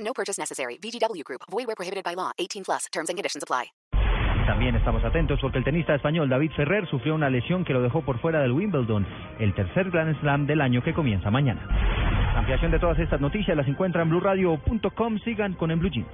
No purchase necessary. VGW Group. Void where prohibited by law. 18 plus. Terms and conditions apply. También estamos atentos porque el tenista español David Ferrer sufrió una lesión que lo dejó por fuera del Wimbledon, el tercer Grand Slam del año que comienza mañana. Ampliación de todas estas noticias las encuentran en blueradio.com. Sigan con En Blue Jeans.